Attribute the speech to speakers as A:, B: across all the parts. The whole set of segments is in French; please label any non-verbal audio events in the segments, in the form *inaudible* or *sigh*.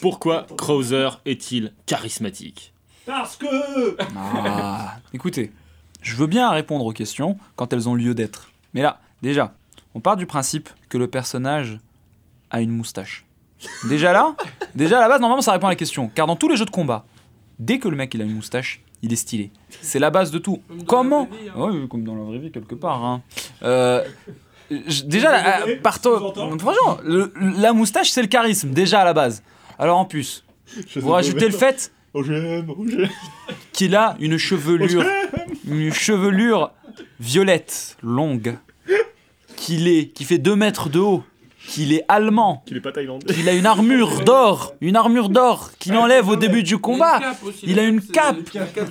A: Pourquoi Krauser est-il charismatique
B: Parce que
C: Ah, écoutez, je veux bien répondre aux questions quand elles ont lieu d'être. Mais là, déjà, on part du principe que le personnage a une moustache. Déjà là, déjà à la base, normalement, ça répond à la question. Car dans tous les jeux de combat, dès que le mec il a une moustache, il est stylé. C'est la base de tout.
D: Comme dans la
C: Comment
D: vraie vie, hein.
C: Ouais, comme dans la vraie vie, quelque part. hein. Euh, je- déjà, la,
B: Désolé,
C: partant-
B: sous-entend.
C: franchement, le- la moustache, c'est le charisme, déjà à la base. Alors en plus, vous rajoutez le fait
E: *laughs* Oh, j'aime, oh, j'aime.
C: qu'il a une chevelure, une chevelure violette, longue, qu'il est, qui fait 2 mètres de haut, qu'il est allemand,
E: Qu'il est pas thaïlandais.
C: qu'il a une armure d'or, une armure d'or qu'il enlève au début du combat. Il a une cape.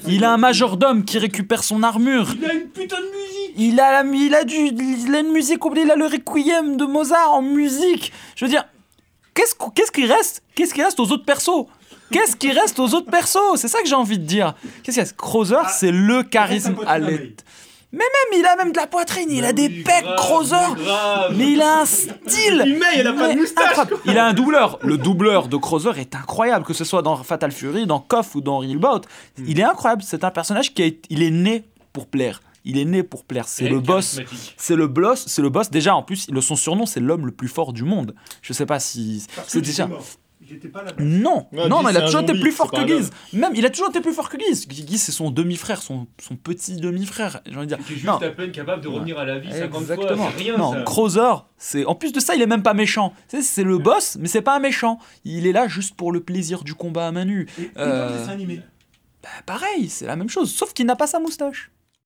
C: Il a un majordome qui récupère son armure.
B: Il a une putain de musique
C: Il a, la, il a du, il a une musique oubliée, il a le requiem de Mozart en musique. Je veux dire, qu'est-ce qu'- qu'est-ce qui reste Qu'est-ce qui reste aux autres persos Qu'est-ce qui reste aux autres persos C'est ça que j'ai envie de dire. Qu'est-ce qu'il reste Crozer,
B: Ah,
C: c'est le charisme
B: poitrine
C: à
B: à
C: l'é-
B: l'œil.
C: Mais même, il a même de la poitrine, il a des pecs, Crozer. Mais il a un style.
E: Mais il a pas de
C: Mais
E: moustache
C: incroyable. Il a un doubleur. Le doubleur de Crozer est incroyable, que ce soit dans Fatal Fury, dans Coff ou dans Real Bout.
E: Hmm.
C: Il est incroyable. C'est un personnage qui est, il est né pour plaire. Il est né pour plaire. C'est le boss. C'est le boss. C'est le boss. Déjà, en plus, le- son surnom, c'est l'homme le plus fort du monde. Je sais pas si
B: Parce
C: c'est
B: que
C: déjà.
B: j'étais mort. J'étais pas là-bas.
C: Non,
E: Ouais,
C: non,
E: Guy,
C: mais il a
E: c'est un
C: toujours été
E: zombie,
C: plus
E: c'est
C: fort
E: pas
C: que
E: un
C: Guise. Même, il a toujours été plus fort que Guise. Guy- Guise, c'est son demi-frère, son, son petit demi-frère. J'ai envie de dire.
D: Qui est juste
C: Non.
D: à peine capable de revenir à la vie 50
C: Exactement.
D: fois. C'est rien,
C: non,
D: ça.
C: Crozer, c'est en plus de ça, il est même pas méchant. C'est, c'est le boss, mais c'est pas un méchant. Il est là juste pour le plaisir du combat à main nue.
B: Et, et dans
C: Euh.
B: le dessin animé.
C: Bah, pareil, c'est la même chose, sauf qu'il n'a pas sa moustache.